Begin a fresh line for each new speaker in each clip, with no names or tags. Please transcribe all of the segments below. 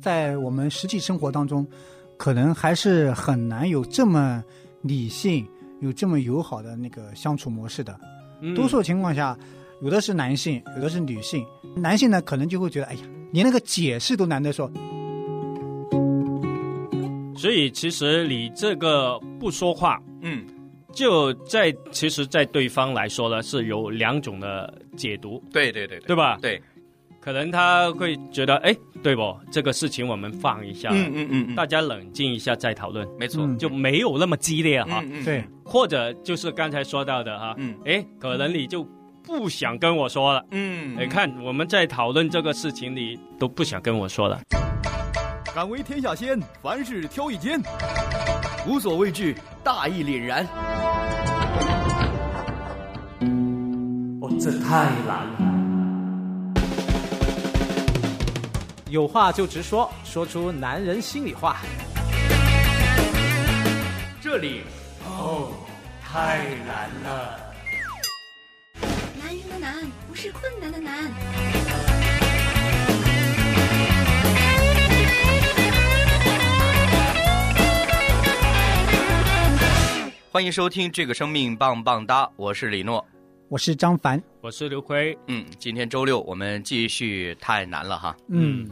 在我们实际生活当中，可能还是很难有这么理性、有这么友好的那个相处模式的。多数情况下，有的是男性，有的是女性。男性呢，可能就会觉得，哎呀，连那个解释都难得说。
所以其实你这个不说话，
嗯，
就在其实，在对方来说呢，是有两种的解读，
对对对对
对吧？
对，
可能他会觉得，哎，对不，这个事情我们放一下，
嗯嗯嗯
大
嗯，
家冷静一下再讨论，
没错，
嗯
就没有那么激烈哈。
嗯，
对，
或者就是刚才说到的哈，
嗯
哎，可能你就不想跟我说了。
嗯，
你看，我们在讨论这个事情，你都不想跟我说了。
敢为天下先，凡事挑一肩。
无所畏惧，大义凛然。
哦，这太难了。有话就直说，说出男人心里话。
这里
男人的难不是困难的难。
欢迎收听《这个生命棒棒哒》，我是李诺。
我是张凡。
我是刘辉，
嗯，今天周六我们继续太难了哈。
嗯，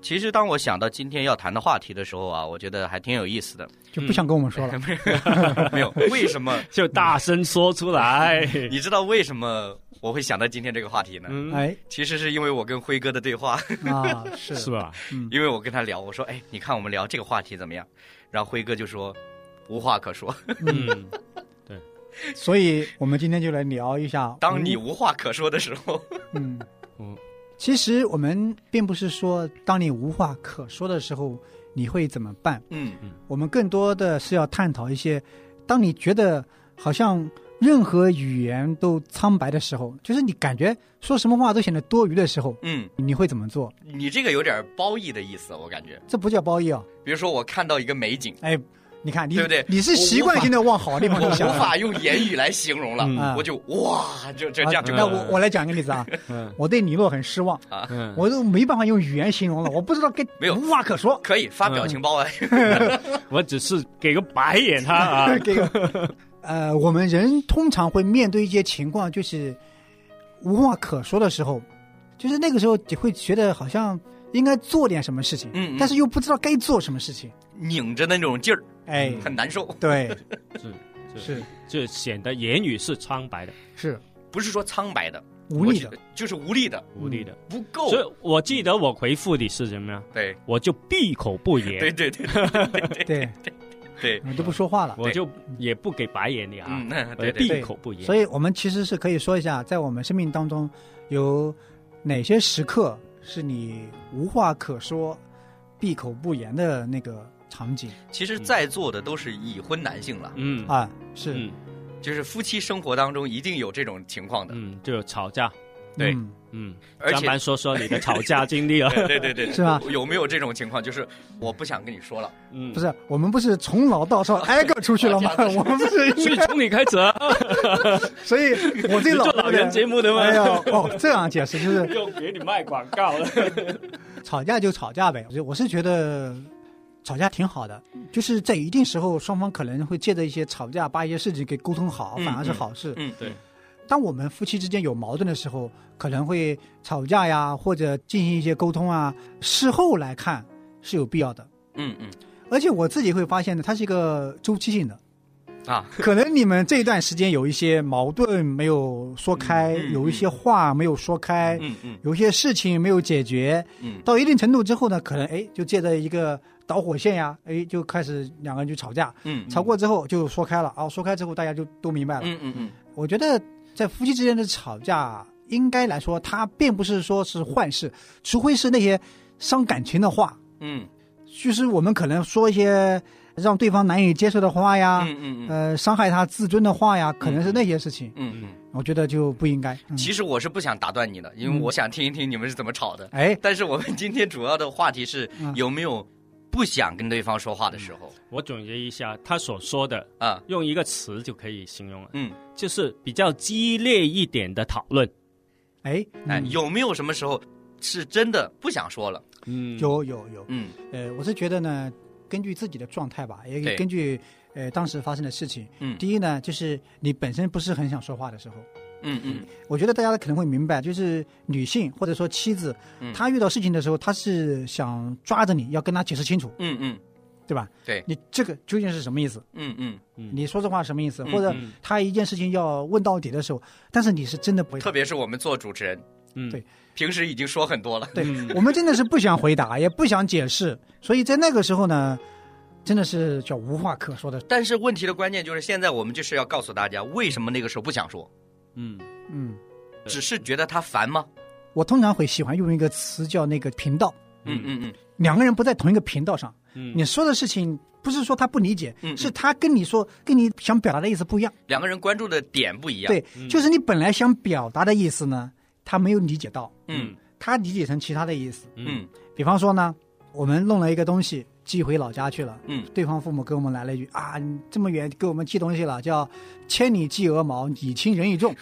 其实当我想到今天要谈的话题的时候啊，我觉得还挺有意思的。
就嗯不想跟我们说了。
没有，为什么？
嗯就大声说出来。
你知道为什么我会想到今天这个话题呢？
嗯，
哎
其实是因为我跟辉哥的对话，
啊，是
是吧？
因为我跟他聊，我说：“哎，你看我们聊这个话题怎么样？”然后辉哥就说：“无话可说。
嗯，
所以我们今天就来聊一下”。
当你无话可说的时候，
嗯
嗯
嗯，其实我们并不是说当你无话可说的时候你会怎么办，
嗯
我们更多的是要探讨一些，当你觉得好像任何语言都苍白的时候，就是你感觉说什么话都显得多余的时候，
嗯，
你会怎么做？
你这个有点褒义的意思，我感觉。
这不叫褒义啊！
比如说，我看到一个美景，
哎，你看你
对不对
你是习惯性的往好的地
我
方去想啊
无。法用言语来形容了，
嗯
我就哇，就就
啊
这样就
那我我来讲一个例子 啊，
嗯
我对李诺很失望，
嗯，
我都没办法用语言形容了，我不知道该
啊没有
无话可说。
可以发
嗯
表情包啊。
我只是给个白眼他啊。
这个，呃，我们人通常会面对一些情况，就是无话可说的时候，就是那个时候你会觉得好像应该做点什么事情，
嗯嗯
但是又不知道该做什么事情，
拧着的那种劲儿，
哎，
很难受。
对，
是
是嗯
就显得言语是苍白的、
是
不是说苍白的，
无力的
我觉，得，就是无力的，
无力的。
不够。
所以我记得我回复你是什么呀？
对
我就闭口不言，
对对对
对，
啊
对，
我都不说话了。
我就也不给白眼你啊，
嗯，那
我就
对对
闭
对
口不言。
所以我们其实是可以说一下，在我们生命当中有哪些时刻是你无话可说、闭口不言的那个场景
其实，在座的都是已婚男性了，
嗯
啊？是，
嗯
就是夫妻生活当中一定有这种情况的，
嗯，就吵架。
对
嗯
嗯，
而
张
且
凡说说你的吵架经历啊。
对对对对，
是吧？
有没有这种情况？就是我不想跟你说了，？
嗯
不，是，我们不是从老到少挨个出去了吗
啊
我们不是应
所以从你开始啊，
该，所以我
你
最老
做老人节目的吗？
哎呀，哦，这样解释就是
又给你卖广告了。
吵架就吵架呗。我就我是觉得吵架挺好的，就是在一定时候，双方可能会借着一些吵架把一些事情给沟通好，
嗯
反而是好事。
嗯，
对
当我们夫妻之间有矛盾的时候，可能会吵架呀，或者进行一些沟通啊，事后来看是有必要的。
嗯嗯
而且我自己会发现呢，它是一个周期性的。
啊，
可能你们这一段时间有一些矛盾没有说开，
嗯嗯
有一些话没有说开，
嗯嗯
有一些事情没有解决。
嗯，
到一定程度之后呢，可能哎就借着一个导火线呀，哎就开始两个人就吵架，
嗯
吵过之后就哦说开了啊，说开之后大家就都明白了。
嗯嗯嗯，
我觉得在夫妻之间的吵架，应该来说，它并不是说是坏事，除非是那些伤感情的话，
嗯
就是我们可能说一些让对方难以接受的话呀，
嗯嗯嗯
呃，伤害他自尊的话呀，可能是那些事情，
嗯嗯。
我觉得就不应该。嗯、
其实我是不想打断你的，因为我想听一听你们是怎么吵的。
哎，
但是我们今天主要的话题是
嗯
有没有不想跟对方说话的时候
我总结一下，他所说的
啊？
用一个词就可以形容了，
嗯，
就是比较激烈一点的讨论。
哎，
哎，
嗯
有没有什么时候是真的不想说了？
嗯
有有有，
嗯
呃，我是觉得呢，根据自己的状态吧，
对
也根据呃当时发生的事情。
嗯
第一呢，就是你本身不是很想说话的时候，
嗯嗯
我觉得大家可能会明白，就是女性或者说妻子，
嗯
她遇到事情的时候，她是想抓着你要跟她解释清楚，
嗯嗯
对吧？
对
你这个究竟是什么意思？
嗯嗯
嗯
你说这话什么意思？
嗯
或者她一件事情要问到底的时候，但是你是真的不会
嗯，，特别是我们做主持人，
嗯
对
平时已经说很多了。
对、我们真的是不想回答，也不想解释，所以在那个时候呢，真的是叫无话可说的
但是问题的关键就是，现在我们就是要告诉大家，为什么那个时候不想说，
嗯
嗯，
只是觉得他烦吗？
我通常会喜欢用一个词叫那个频道，
嗯嗯嗯
两个人不在同一个频道上，
嗯
你说的事情不是说他不理解，
嗯嗯
是他跟你说跟你想表达的意思不一样。
两个人关注的点不一样。，嗯
对，就是你本来想表达的意思呢，他没有理解到，
嗯
他理解成其他的意思。
嗯
比方说呢，我们弄了一个东西寄回老家去了，
嗯，
对方父母给我们来了一句啊，你这么远给我们寄东西了，叫千里寄鹅毛，你轻人意 重，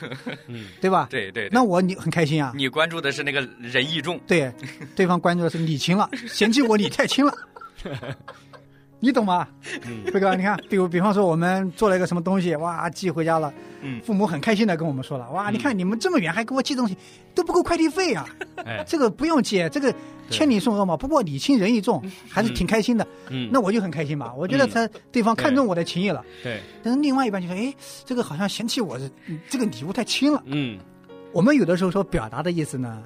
嗯
对吧？
对对。对
那我你很开心啊，
你关注的是那个仁义重，
对，对方关注的是你轻了， 嫌弃我你太轻了，你懂吗？
嗯
辉哥，你看，比如比方说我们做了一个什么东西，哇，寄回家了，
嗯
父母很开心的跟我们说了，哇，你看你们这么远还给我寄东西，都不够快递费啊，
哎
这个不用寄，这个千里送鹅毛，不过礼轻人意重，还是挺开心的，
嗯
那我就很开心吧，我觉得他对方看中我的情谊了，
对
但是另外一半就说，哎，这个好像嫌弃我这个礼物太轻了，
嗯
我们有的时候说表达的意思呢，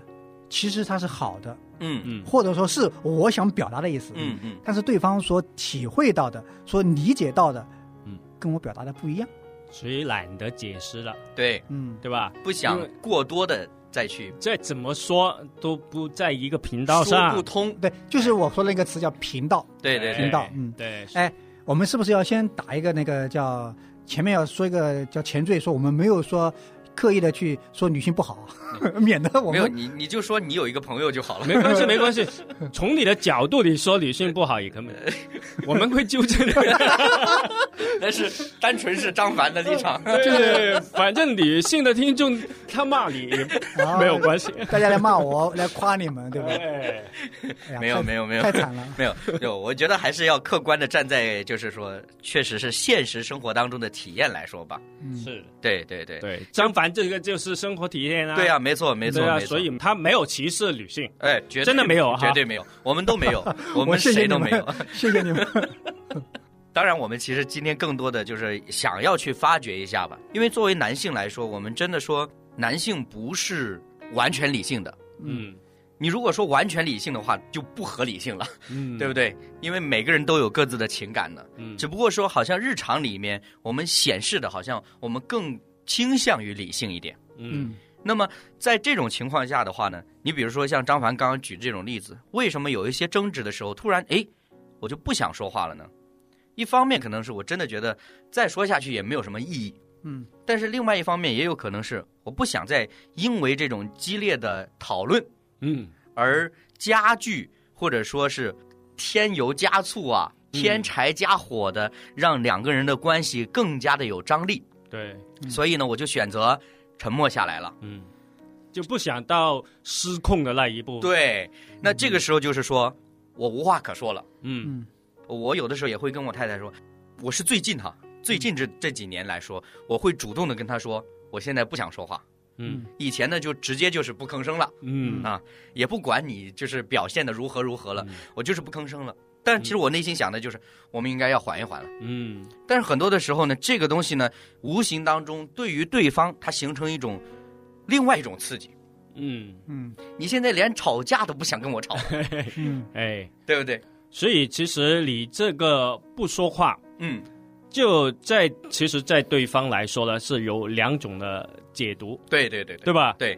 其实它是好的，
嗯
嗯
或者说是我想表达的意思。
嗯嗯
但是对方所体会到的、所理解到的，
嗯，
跟我表达的不一样。
所以懒得解释了，
对，
嗯，
对吧？
不想过多的再去
再怎么说都不在一个频道
说
上
不，通，
对，就是我说的那个词叫频道。
对对
频
对，
道嗯
对，
哎，我们是不是要先打一个那个叫前面要说一个叫前缀，说我们没有说刻意的去说女性不好， 免得我
嗯没有
们
你你就说你有一个朋友就好了
没，关系，没关 系。从你的角度里说女性不好也 可以，我们会纠正的。
但是单纯是张凡的立 场，
对，反正女性的听众他骂你也
啊
没有关系。
大家来骂我，来夸你们，对吧？
哎，
哎呀
没有
太
没有没有
太惨了。
没有，有，我觉得还是要客观的站在，就是说，确实是现实生活当中的体验来说吧。
嗯，
是
对对对，
对。张凡这个就是生活体验啊，
对啊，没错没错
对啊，
没错
所以他没有歧视女性。
哎，绝对
真的没有哈
绝对没有，我们 都没有，我
我
们
谢谢
谁
你
都没
们
有。，
谢谢你 们。
当然，我们其实今天更多的就是想要去发掘一下吧，因为作为男性来说，我们真的说男性不是完全理性的。
嗯
你如果说完全理性的话，就不合理性了，
嗯
对不
对？
对？因为每个人都有各自的情感的，
嗯
只不过说好像日常里面我们显示的，好像我们更倾向于理性一点。
嗯
嗯
那么在这种情况下的话呢，你比如说像张凡刚刚举这种例子，为什么有一些争执的时候，突然哎，我就不想说话了呢？一方面可能是我真的觉得再说下去也没有什么意义，
嗯
但是另外一方面也有可能是我不想再因为这种激烈的讨论
嗯
而加剧或者说是添油加醋啊、
嗯
添柴加火的，让两个人的关系更加的有张力。
对，
嗯
所以呢，我就选择沉默下来了。
嗯，就不想到失控的那一步。，
对，那这个时候就是说我无话可说了。
嗯
嗯
我有的时候也会跟我太太说，我是最近哈，最近这这几年来说，我会主动的跟她说，我现在不想说话。
嗯
以前呢，就直接就是不吭声了，
嗯
啊也不管你就是表现的如何如何了，
嗯
我就是不吭声了。但其实我内心想的就是，我们应该要缓一缓了。
嗯
但是很多的时候呢，这个东西呢，无形当中对于对方它形成一种另外一种刺激。
嗯，
嗯
你现在连吵架都不想跟我吵了，
嗯
哎，
对不对？
所以其实你这个不说话，
嗯
就在其实，在对方来说呢，是有两种的解读，，
对对对对
对吧？
对，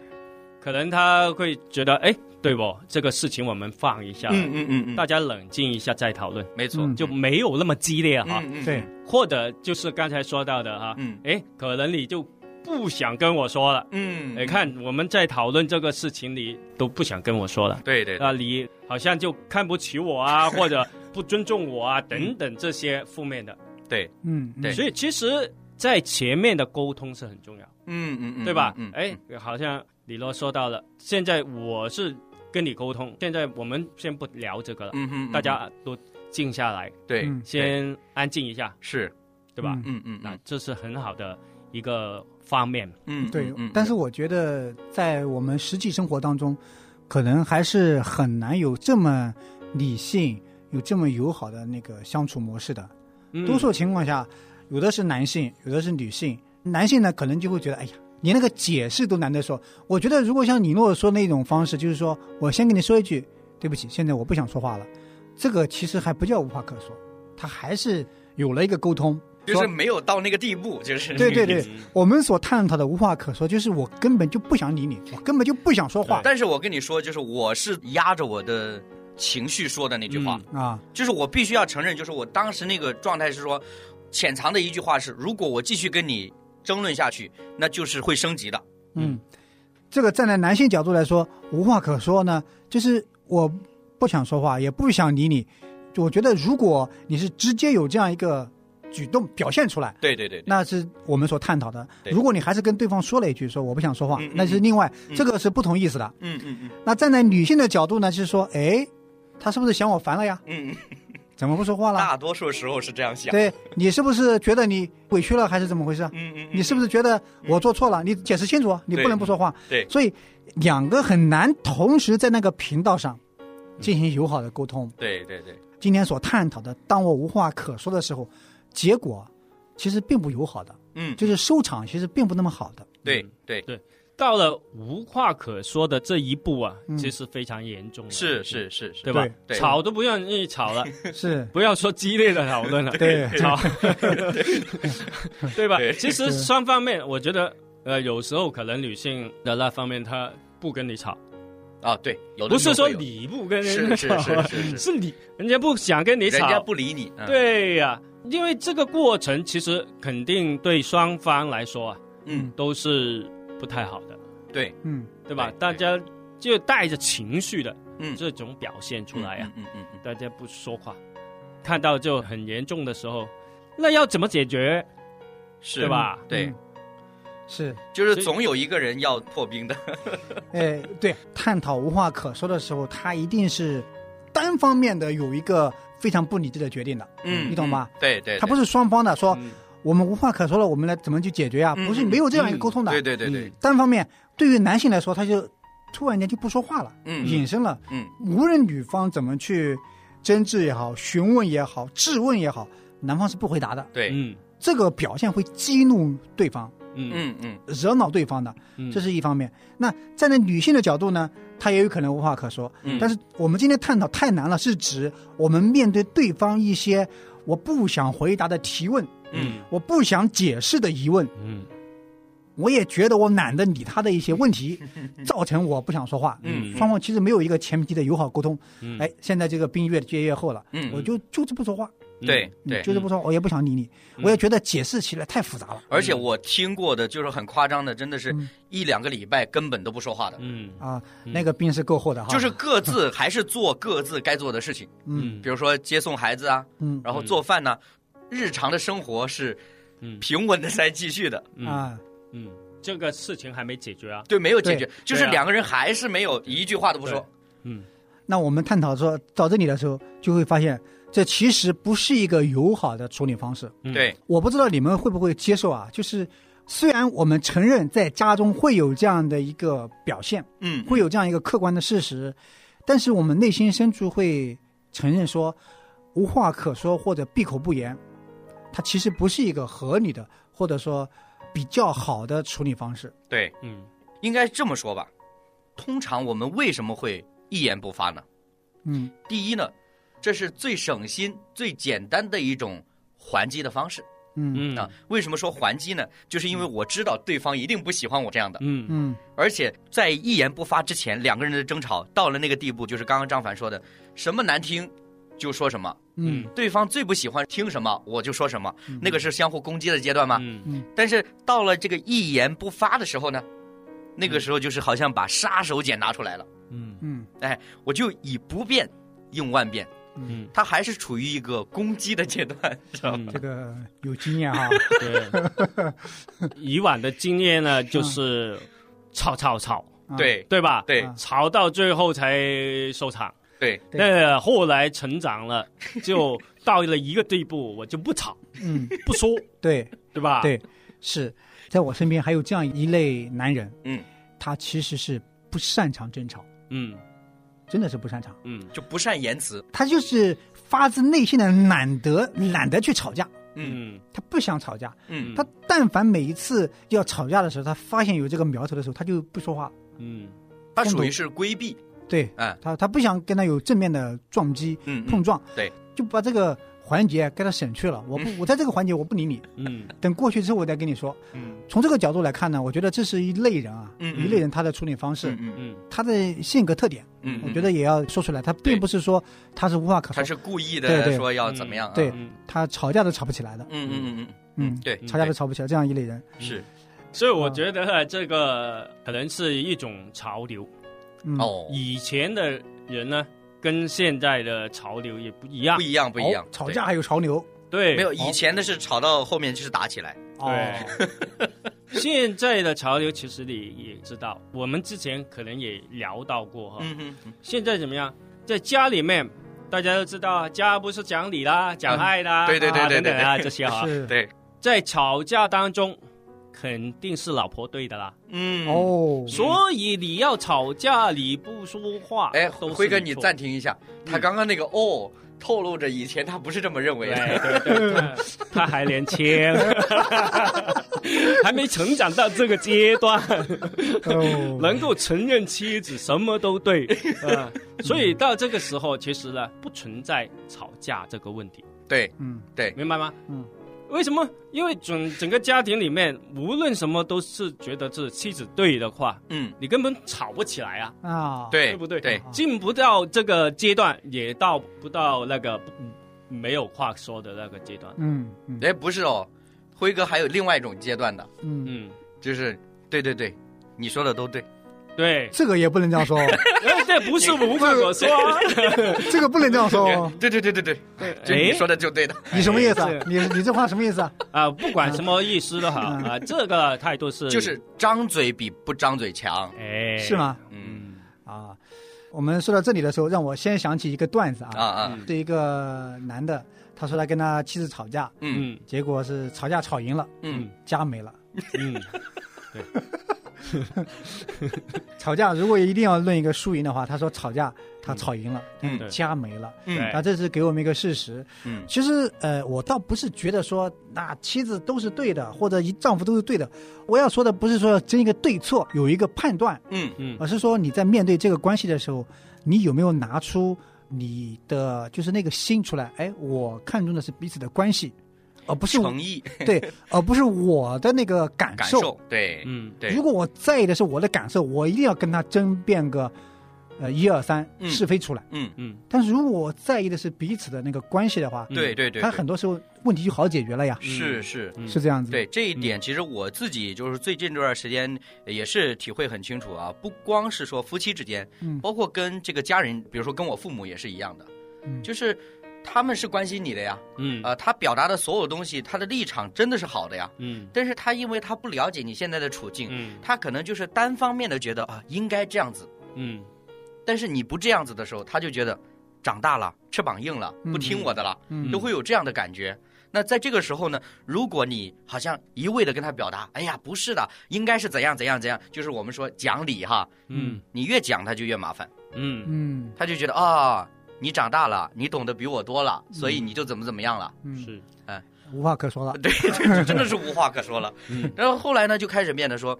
可能他会觉得，哎，对不，这个事情我们放一下，
嗯嗯嗯嗯，
大家冷静一下再讨论，
没错，
嗯
就没有那么激烈哈。
嗯，
对，
或者就是刚才说到的哈，
嗯
哎，可能你就不想跟我说了。
嗯，
哎，看我们在讨论这个事情，你都不想跟我说了，
对对，对
那你好像就看不起我 啊，或者不尊重我啊，等等这些负面的。
对，
嗯，嗯
对
所以其实，在前面的沟通是很重要。
嗯嗯嗯，
对吧
嗯，？
哎、好像李洛说到了，现在我是跟你沟通，现在我们先不聊这个了，
嗯哼，嗯
大家都静下来，
对
嗯
对
先安静一下，
是，
对吧？
嗯
嗯嗯
那
嗯
这是很好的一个方面。
嗯，
对
嗯，
但是我觉得在我们实际生活当中，可能还是很难有这么理性、有这么友好的那个相处模式的。
嗯
多数情况下，有的是男性，有的是女性。男性呢，可能就会觉得，哎呀，你那个解释都难得说。我觉得，如果像你诺说那种方式，就是说我先跟你说一句，对不起，现在我不想说话了，这个其实还不叫无话可说，他还是有了一个沟通。
就是没有到那个地步，就是
对对对
嗯
我们所探讨的无话可说，就是我根本就不想理你，我根本就不想说话
但是我跟你说，就是我是压着我的情绪说的那句
嗯
话，
啊。
就是我必须要承认，就是我当时那个状态是说，潜藏的一句话是，如果我继续跟你争论下去，那就是会升级的。
嗯，这个站在男性角度来说，无话可说呢，就是我不想说话，也不想理你。就我觉得，如果你是直接有这样一个举动表现出来，
对对对，对
那是我们所探讨的。
对
如果你还是跟对方说了一句说我不想说话，
嗯嗯
那是另外、
嗯
这个是不同意思的。
嗯嗯嗯
那站在女性的角度呢，就是说，哎，他是不是嫌我烦了呀？
嗯，嗯
怎么不说话了？
大多数时候是这样想。
对你是不是觉得你委屈了还是怎么回事？
嗯嗯，嗯
你是不是觉得我做错了？你解释清楚，啊你不能不说话。
对
所以两个很难同时在那个频道上
嗯
进行友好的沟通。
对对对，
今天所探讨的，当我无话可说的时候，结果其实并不友好的，
嗯，
就是收场其实并不那么好的。
对对
到了无话可说的这一步啊，
嗯
其实非常严重了，
是是是是，
对吧？
对
吵都不愿意吵了，
是，
不要说激烈的讨论了，
对，
吵，对吧
对？
其实双方面，我觉得，呃，有时候可能女性的那方面，她不跟你吵，
啊，对，有的
不是说
时候会有
你不跟人
是
家
是
吵啊，
是是是，
是你人家不想跟你
人家
吵，
不理你，嗯，
对呀、因为这个过程其实肯定对双方来说啊，
嗯
都是不太好的，
对，
嗯，
对吧？
对
大家就带着情绪的
嗯，
这种表现出来呀、啊
嗯嗯嗯
大家不说话，看到就很严重的时候，那要怎么解决？
嗯，是
对吧？
对
嗯，是，
就是
所以
总有一个人要破冰的，
哎，对，探讨无话可说的时候，他一定是单方面的有一个非常不理智的决定的，
嗯，
你懂吗？
嗯？对对，
他不
是
是双方的说。
嗯
我们无话可说了，我们来怎么去解决呀、
嗯
不是没有这样一个沟通的。
对对对对，
单方面，对于男性来说，他就突然间就不说话了，
嗯
隐身了。
嗯，
无论女方怎么去争执也好、询问也好、质问也好，男方是不回答的。
对，
嗯
这个表现会激怒对方，
嗯
嗯嗯
惹恼对方的，
嗯，
这是一方面。那站在女性的角度呢，她也有可能无话可说。
嗯，
但
是
是我们今天探讨太难了，是指我们面对对方一些我不想回答的提问，
嗯
我不想解释的疑问。
嗯
我也觉得我懒得理他的一些问 题，造成我不想说话。
嗯
双方其实没有一个前提的友好沟通。
嗯
哎，现在这个冰越接越厚了，
嗯
我就就是不说话，
嗯
对
嗯
对。嗯
就是不说话，我也不想理你，我也觉得解释起来太复杂了
而且我听过的，就是很夸张的，真的是
嗯
一两个礼拜根本都不说话的，
嗯
啊。那个冰是够厚的哈，
就是各自还是做各自该做的事情，
嗯
比如说接送孩子啊，
嗯
然后做饭呢、日常的生活是
嗯
平稳的在继续的，
嗯
啊，
嗯，这个事情还没解决啊，
对，没有解决
对，
就是
对啊
两个人还是没有一句话都不说，
嗯
那我们探讨说到这里的时候，就会发现这其实不是一个友好的处理方式。
嗯
对，
我不知道你们会不会接受啊？就是虽然我们承认在家中会有这样的一个表现。
嗯，
会有这样一个客观的事实，但是我们内心深处会承认说，无话可说或者闭口不言，它其实不是一个合理的，或者说比较好的处理方式。
对，
嗯
应该这么说吧。通常我们为什么会一言不发呢？
嗯
第一呢，这是最省心、最简单的一种还击的方式。
嗯
嗯
啊。为什么说还击呢？就是因为我知道对方一定不喜欢我这样的，
嗯
嗯
而且在一言不发之前，两个人的争吵到了那个地步，就是刚刚张凡说的，什么难听就说什么，
嗯
对方最不喜欢听什么我就说什么，
嗯
那个是相互攻击的阶段吗？
嗯
但是到了这个一言不发的时候呢，那个时候就是好像把杀手锏拿出来了，
嗯
嗯
我就以不变应万变，
嗯，
他还是处于一个攻击的阶段，知道吗？
这个有经验 哈，
对。以往的经验呢，就是吵吵吵，
啊，
对
对吧？
对
啊
吵到最后才收场。
对，
对
那后来成长了，就到了一个地步，我就不 吵
嗯
不说，
对
对
啊
吧？
对是，在我身边还有这样一类男人，
嗯，
他其实是不擅长争吵，
嗯
真的是不擅长，
嗯
就不善言辞，
他就是发自内心的懒得懒得去吵架，
嗯
嗯
他不想吵架，
嗯
他但凡每一次要吵架的时候，他发现有这个苗头的时候，他就不说话，
嗯
他属于是规避，
对，
嗯
他他不想跟他有正面的撞击
嗯，嗯
碰撞，
对，嗯
就把这个环节给他省去了，我不我在这个环节我不理你，
嗯
等过去之后我再跟你说。
嗯
从这个角度来看呢，我觉得这是一类人啊，
嗯嗯
一类人他的处理方式，
嗯嗯
嗯
他的性格特点，
嗯，
我觉得也要说出来。他并不是说他是无话可
他
说，
是故意
对
的
对
说要怎么样啊？
对
嗯，
他吵架都吵不起来的，
嗯嗯嗯
嗯，
对
吵架都吵不起来，这样一类人，
嗯，是
所以我觉得这个可能是一种潮流。
嗯，
哦，
以前的人呢，跟现在的潮流也不一样
不。一样不一样
哦，吵架还有潮流，
对，
对没有以前的是吵到后面就是打起来，
哦，
对 现在的潮流，其实你也知道，我们之前可能也聊到过哈。
嗯嗯嗯
现在怎么样？在家里面，大家都知道啊，家不是讲理啦，讲爱啦，
嗯对对对
啊
对对
等等啊这些啊，
是，
对，
在吵架当中，肯定是老婆对的啦。
嗯。
哦，
所以你要吵架，你不说话，
哎，
都是
辉哥，你
错
暂停一下，他刚刚那个哦，透露着以前他不是这么认为
对
的。
对对 对，他还年轻， 还没成长到这个阶段，
哦
能够承认妻子什么都 对，啊，所以到这个时候，其实呢，不存在吵架这个问题，
对，
嗯
明白吗？
嗯。
为什么？因为整整个家庭里面，无论什么都是觉得是妻子对的话，
嗯，
你根本吵不起来啊，
啊，，
哦对，
对不对
对，
进不到这个阶段，也到不到那个没有话说的那个阶段。
嗯嗯
哎，不是哦，辉哥还有另外一种阶段的，
嗯，
嗯，
就是对对对，你说的都对，
对，
这个也不能这样说哦，
哎这不是无话可说啊。
这个不能这样说哦，
对对对对对，就 你说的就对的。
你什么意思啊
哎？
你你这话什么意思啊？
啊，不管什么意思都好
嗯
啊，这个态度是
就是张嘴比不张嘴强。
哎，
是？吗？
嗯
啊，我们说到这里的时候，让我先想起一个段子
啊
啊，
啊，
是一个男的，他说他跟他妻子吵架，
嗯
嗯
结果是吵架吵赢了，
嗯
家没了。
嗯
吵架如果一定要论一个输赢的话，他说吵架他吵赢了，
嗯
但家没了。
嗯
啊，这是给我们一个事实。
嗯
其实，呃，我倒不是觉得说那妻子都是对的，或者一丈夫都是对的。我要说的不是说要争一个对错，有一个判断，
嗯
嗯
而是说你在面对这个关系的时候，你有没有拿出你的就是那个心出来？哎，我看重的是彼此的关系，而不是我
诚意
对，而不是我的那个感
感
受。
受，对
嗯
对
如，果我在意的是我的感受，我一定要跟他争辩个，呃，一二三
嗯
是非出来。
嗯
嗯，
但是如果我在意的是彼此的那个关系的话，
对对对，
他很多时候问题就好解决了呀，
是是。
嗯
是这样子。
对这一点，其实我自己就是最近这段时间也是体会很清楚啊。不光是说夫妻之间，
嗯
包括跟这个家人，比如说跟我父母也是一样的，
嗯
就是他们是关心你的呀，
嗯
啊，他表达的所有东西，他的立场真的是好的呀。
嗯
但是他因为他不了解你现在的处境，
嗯
他可能就是单方面的觉得啊应该这样子，
嗯
但是你不这样子的时候，他就觉得长大了，翅膀硬了，
嗯
不听我的了，
嗯
都会有这样的感觉。那在这个时候呢，如果你好像一味的跟他表达，哎呀，不是的，应该是怎样怎样怎样，就是我们说讲理哈，
嗯
你越讲他就越麻烦，
嗯
嗯
他就觉得啊、你长大了，你懂得比我多了，所以你就怎么怎么样了。
嗯，
是
无话可说了。
对，这真的是无话可说了。
嗯
然后后来呢，就开始变得说，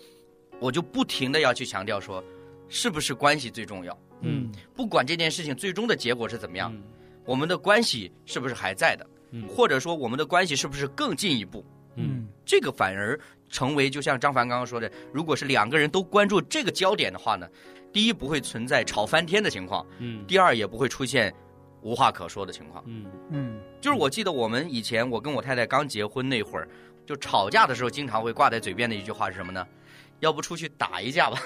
我就不停的要去强调说，是不是关系最重要？
嗯
不管这件事情最终的结果是怎么样，我们的关系是不是还在的？
嗯
或者说我们的关系是不是更进一步？
嗯，
这个反而成为就像张凡刚刚说的，如果是两个人都关注这个焦点的话呢，第一不会存在吵翻天的情况，
嗯
第二也不会出现无话可说的情况。
嗯
嗯
就是我记得我们以前我跟我太太刚结婚那会儿，就吵架的时候经常会挂在嘴边的一句话是什么呢？要不出去打一架吧？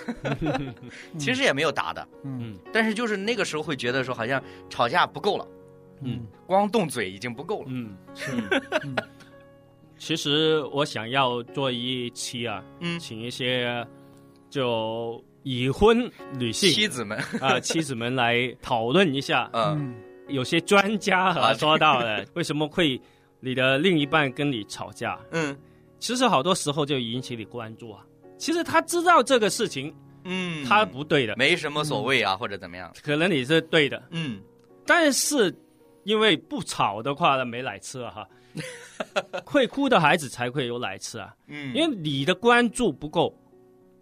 其实也没有打的，
嗯
但是就是那个时候会觉得说好像吵架不够了，
嗯
光动嘴已经不够了。
嗯，是
嗯。
其实我想要做一期啊，
嗯
请一些就已婚女性
妻子们，
啊、妻子们来讨论一下，
嗯，
嗯
有些专家
啊
啊说到了为什么会你的另一半跟你吵架，
嗯
其实好多时候就引起你关注啊。其实他知道这个事情
嗯，
他不对的，
没什么所谓啊，或者怎么样？
可能你是对的，
嗯，
但是因为不吵的话呢，没奶吃啊 哈。会哭的孩子才会有奶吃啊，
嗯，
因为你的关注不够，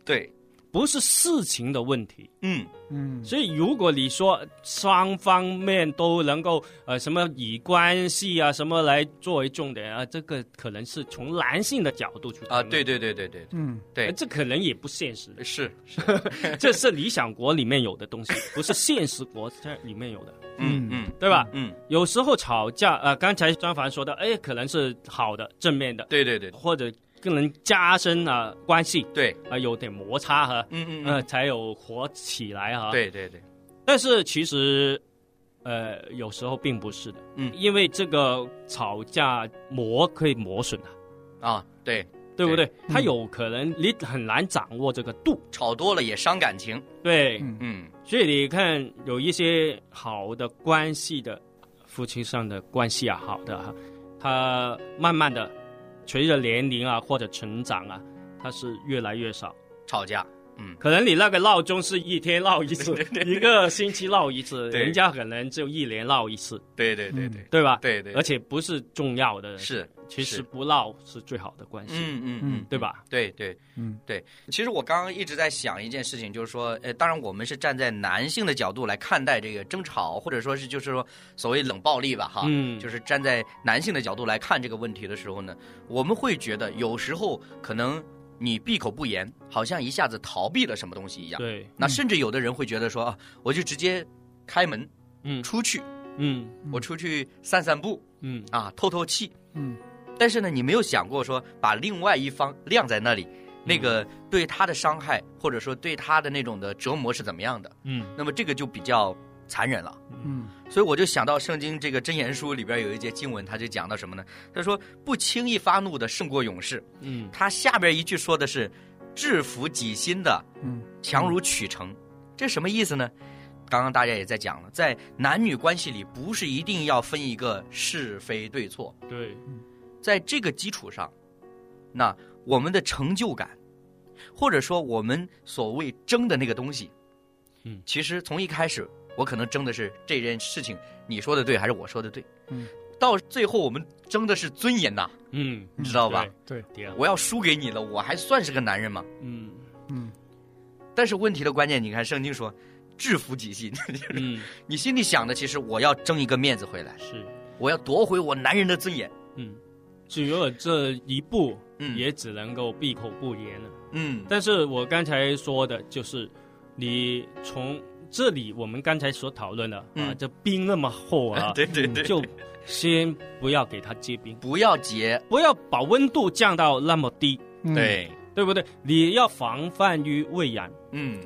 对，
不是事情的问题。
嗯
嗯，
所以如果你说双方面都能够呃什么以关系啊什么来作为重点啊，这个可能是从男性的角度去
啊，
谈论
对对对对对
嗯
对
呃这可能也不现实，
对，是，
这是理想国里面有的东西，不是现实国这里面有的，
嗯
嗯嗯
对吧？
嗯，
有时候吵架，呃，刚才张凡说的，哎，可能是好的、正面的，
对对对
或者更能加深啊、关系
对，
啊、有点摩擦哈，
嗯嗯
呃，
嗯，
才有火起来哈。，
对对对，
但是其实，呃，有时候并不是的，
嗯
因为这个吵架磨可以磨损啊，
啊，对，
对不
对嗯
对？它有可能你很难掌握这个度，
吵多了也伤感情，
对，
嗯
嗯
所以你看，有一些好的关系的夫妻上的关系啊，好的哈、它慢慢的随着年龄啊或者成长啊，它是越来越少。
吵架，嗯
可能你那个闹钟是一天闹一 次，一个星期闹一次，
对
人家可能就一年闹一次，
对对对
嗯
对
对吧？
对对，
而且不是重要的，
是，
其
是
实不闹是最好的关系，
嗯嗯嗯
嗯，
对吧？
对对，
嗯
对。其实我刚刚一直在想一件事情，就是说，呃，当然我们是站在男性的角度来看待这个争吵，或者说是就是说所谓冷暴力吧，哈，
嗯
啊就是站在男性的角度来看这个问题的时候呢，我们会觉得有时候可能你闭口不言，好像一下子逃避了什么东西一样。
对，嗯
那甚至有的人会觉得说，啊，我就直接开门
嗯
出去，
嗯
我出去散散步
嗯，
啊，透透气。
嗯
但是呢，你没有想过说把另外一方晾在那里，那个
嗯
对他的伤害，或者说对他的那种的折磨是怎么样的？
嗯，
那么这个就比较残忍了。
嗯
所以我就想到圣经这个箴言书里边有一节经文，他就讲到什么呢？他说：“不轻易发怒的胜过勇士。”
嗯
他下边一句说的是：“制服己心的
嗯
强如取城。”这什么意思呢？刚刚大家也在讲了，在男女关系里，不是一定要分一个是非对错，
对，
在这个基础上，那我们的成就感，或者说我们所谓争的那个东西，
嗯
其实从一开始，我可能争的是这件事情，你说的对还是我说的对，
嗯，
到最后我们争的是尊严呐、
嗯，
你知道吧？
对，
对啊
我要输给你了，我还算是个男人吗？
嗯
嗯
但是问题的关键，你看圣经说。制服己心，
嗯
你心里想的其实我要争一个面子回来，
是。
我要夺回我男人的尊严。
嗯，只有这一步，
嗯
也只能够闭口不言了。
嗯，
但是我刚才说的就是，你从这里我们刚才所讨论的、啊，
嗯
这冰那么厚啊，
对对对，
就先不要给它结冰，
不要结，
不要把温度降到那么低，
嗯，
对，
对不对？你要防范于未然。
嗯，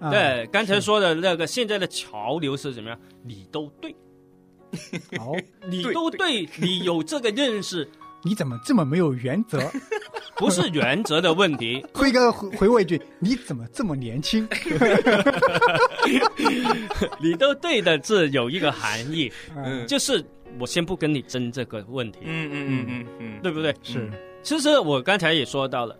啊
对，刚才
是
说的那个现在的潮流是怎么样？你都对，
哦，
你都对，你有这个认识，
你怎么这么没有原则？
不是原则的问题，
辉哥回回我一句，你怎么这么年轻？
你都对的，这有一个含义，
嗯
就是我先不跟你争这个问题，
嗯嗯嗯嗯
对
嗯，
不对？
是，
其实我刚才也说到了，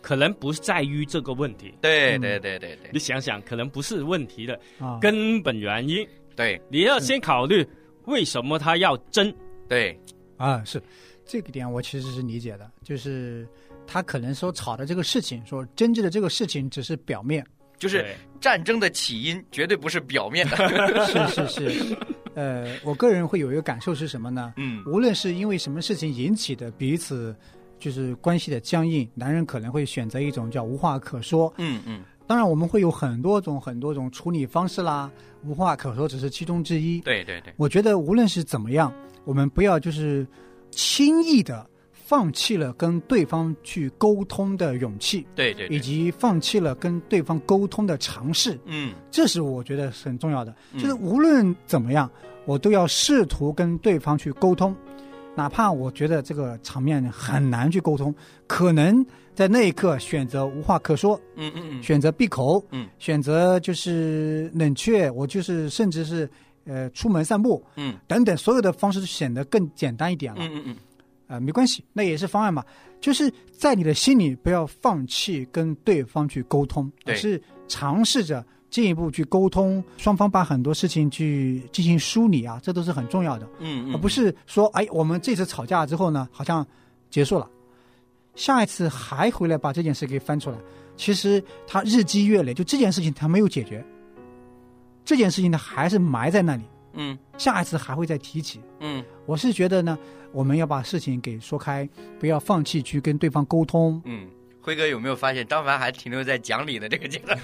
可能不在于这个问题，
对
嗯
对对对对
你想想，可能不是问题的
啊，
根本原因，
对
你要先考虑为什么他要争。
对，
啊，是这个点我其实是理解的，就是他可能说吵的这个事情，说争执的这个事情只是表面，
就是
对
战争的起因绝对不是表面的，
是是是，呃，我个人会有一个感受是什么呢？
嗯
无论是因为什么事情引起的彼此就是关系的僵硬，男人可能会选择一种叫无话可说。
嗯嗯，
当然，我们会有很多种很多种处理方式啦，无话可说只是其中之一。
对对对，
我觉得无论是怎么样，我们不要就是轻易的放弃了跟对方去沟通的勇气，
对对
以
对，
及放弃了跟对方沟通的尝试，
嗯，
这是我觉得是很重要的。
嗯
就是无论怎么样，我都要试图跟对方去沟通，哪怕我觉得这个场面很难去沟通，可能在那一刻选择无话可说，
嗯嗯嗯，
选择闭口，
嗯，
选择就是冷却，我就是甚至是呃出门散步，
嗯，
等等，所有的方式都显得更简单一点了。
嗯嗯嗯，
呃，没关系，那也是方案嘛。就是在你的心里不要放弃跟对方去沟通，
对
而是尝试着进一步去沟通，双方把很多事情去进行梳理啊，这都是很重要的，
嗯嗯，
而不是说哎，我们这次吵架之后呢，好像结束了，下一次还回来把这件事给翻出来。其实他日积月累，就这件事情他没有解决，这件事情呢还是埋在那里，
嗯
下一次还会再提起。
嗯
我是觉得呢，我们要把事情给说开，不要放弃去跟对方沟 通。
嗯。辉哥有没有发现张凡还停留在讲理的这个阶段？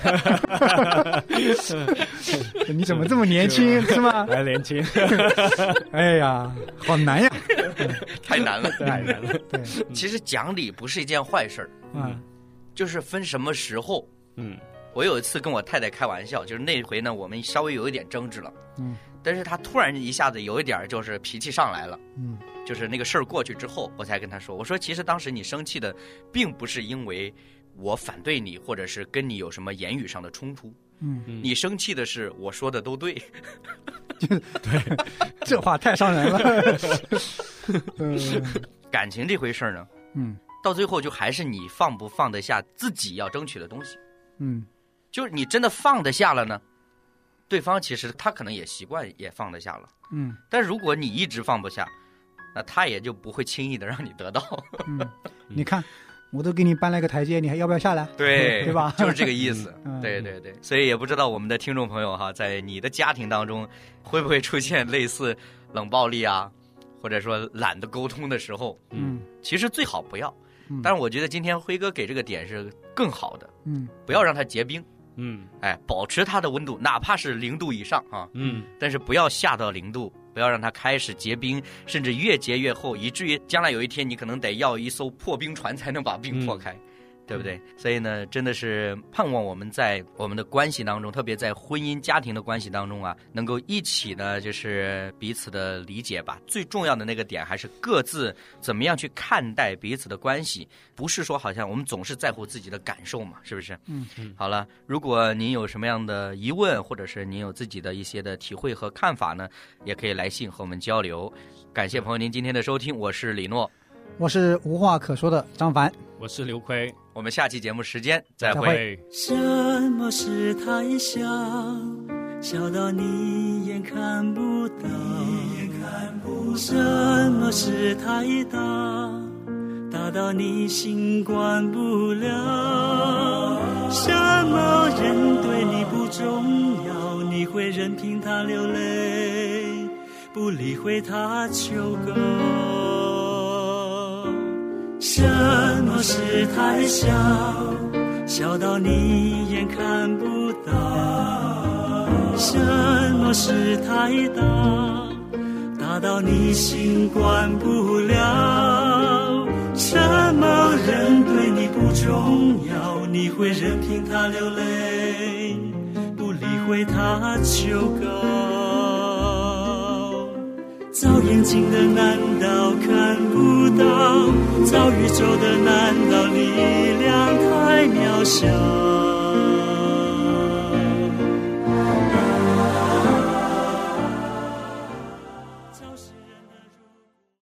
你怎么这么年轻，是吗？
还年轻，
哎呀，好难 呀！
太难了。
太难了。
对，
其实讲理不是一件坏事儿，
嗯
就是分什么时候。
嗯
我有一次跟我太太开玩笑，就是那回呢，我们稍微有一点争执了，
嗯，
但是她突然一下子有一点儿就是脾气上来了，
嗯，
就是那个事儿过去之后，我才跟她说，我说其实当时你生气的，并不是因为我反对你，或者是跟你有什么言语上的冲突，
嗯，
嗯
你生气的是我说的都对，
这话太伤 人了。嗯
感情这回事儿呢，
嗯
到最后就还是你放不放得下自己要争取的东西。
嗯
就是你真的放得下了呢，对方其实他可能也习惯也放得下了，
嗯
但如果你一直放不下，那他也就不会轻易的让你得到。
嗯，你看，我都给你搬了个台阶，你还要不要下来？
对
对吧
就是这个意思。
嗯
对对对，所以也不知道我们的听众朋友哈，在你的家庭当中会不会出现类似冷暴力啊，或者说懒得沟通的时候，
嗯
其实最好不要。
嗯
但是我觉得今天辉哥给这个点是更好的，
嗯
不要让它结冰，
嗯
哎，保持它的温度，哪怕是零度以上啊，
嗯
但是不要下到零度，不要让它开始结冰，甚至越结越厚，以至于将来有一天你可能得要一艘破冰船才能把冰破开，对不对？所以呢，真的是盼望我们在我们的关系当中，特别在婚姻家庭的关系当中啊，能够一起呢，就是彼此的理解吧。最重要的那个点还是各自怎么样去看待彼此的关系，不是说好像我们总是在乎自己的感受嘛，是不是？
嗯
嗯
好了，如果您有什么样的疑问，或者是您有自己的一些的体会和看法呢，也可以来信和我们交流。感谢朋友您今天的收听，我是李诺，
我是无话可说的张凡。
我是刘奎，
我们下期节目时间再
再
会
会。
什么是太小？小到你眼看不到。什么是太大？大到你心管不了。什么人对你不重要？你会任凭他流泪，不理会他求告。什么是太小？小到你眼看不到。什么是太大？大到你心管不了。什么人对你不重要？你会任凭他流泪，不理会他求告。造眼睛的难道看不到？造宇宙的难道力量太渺小？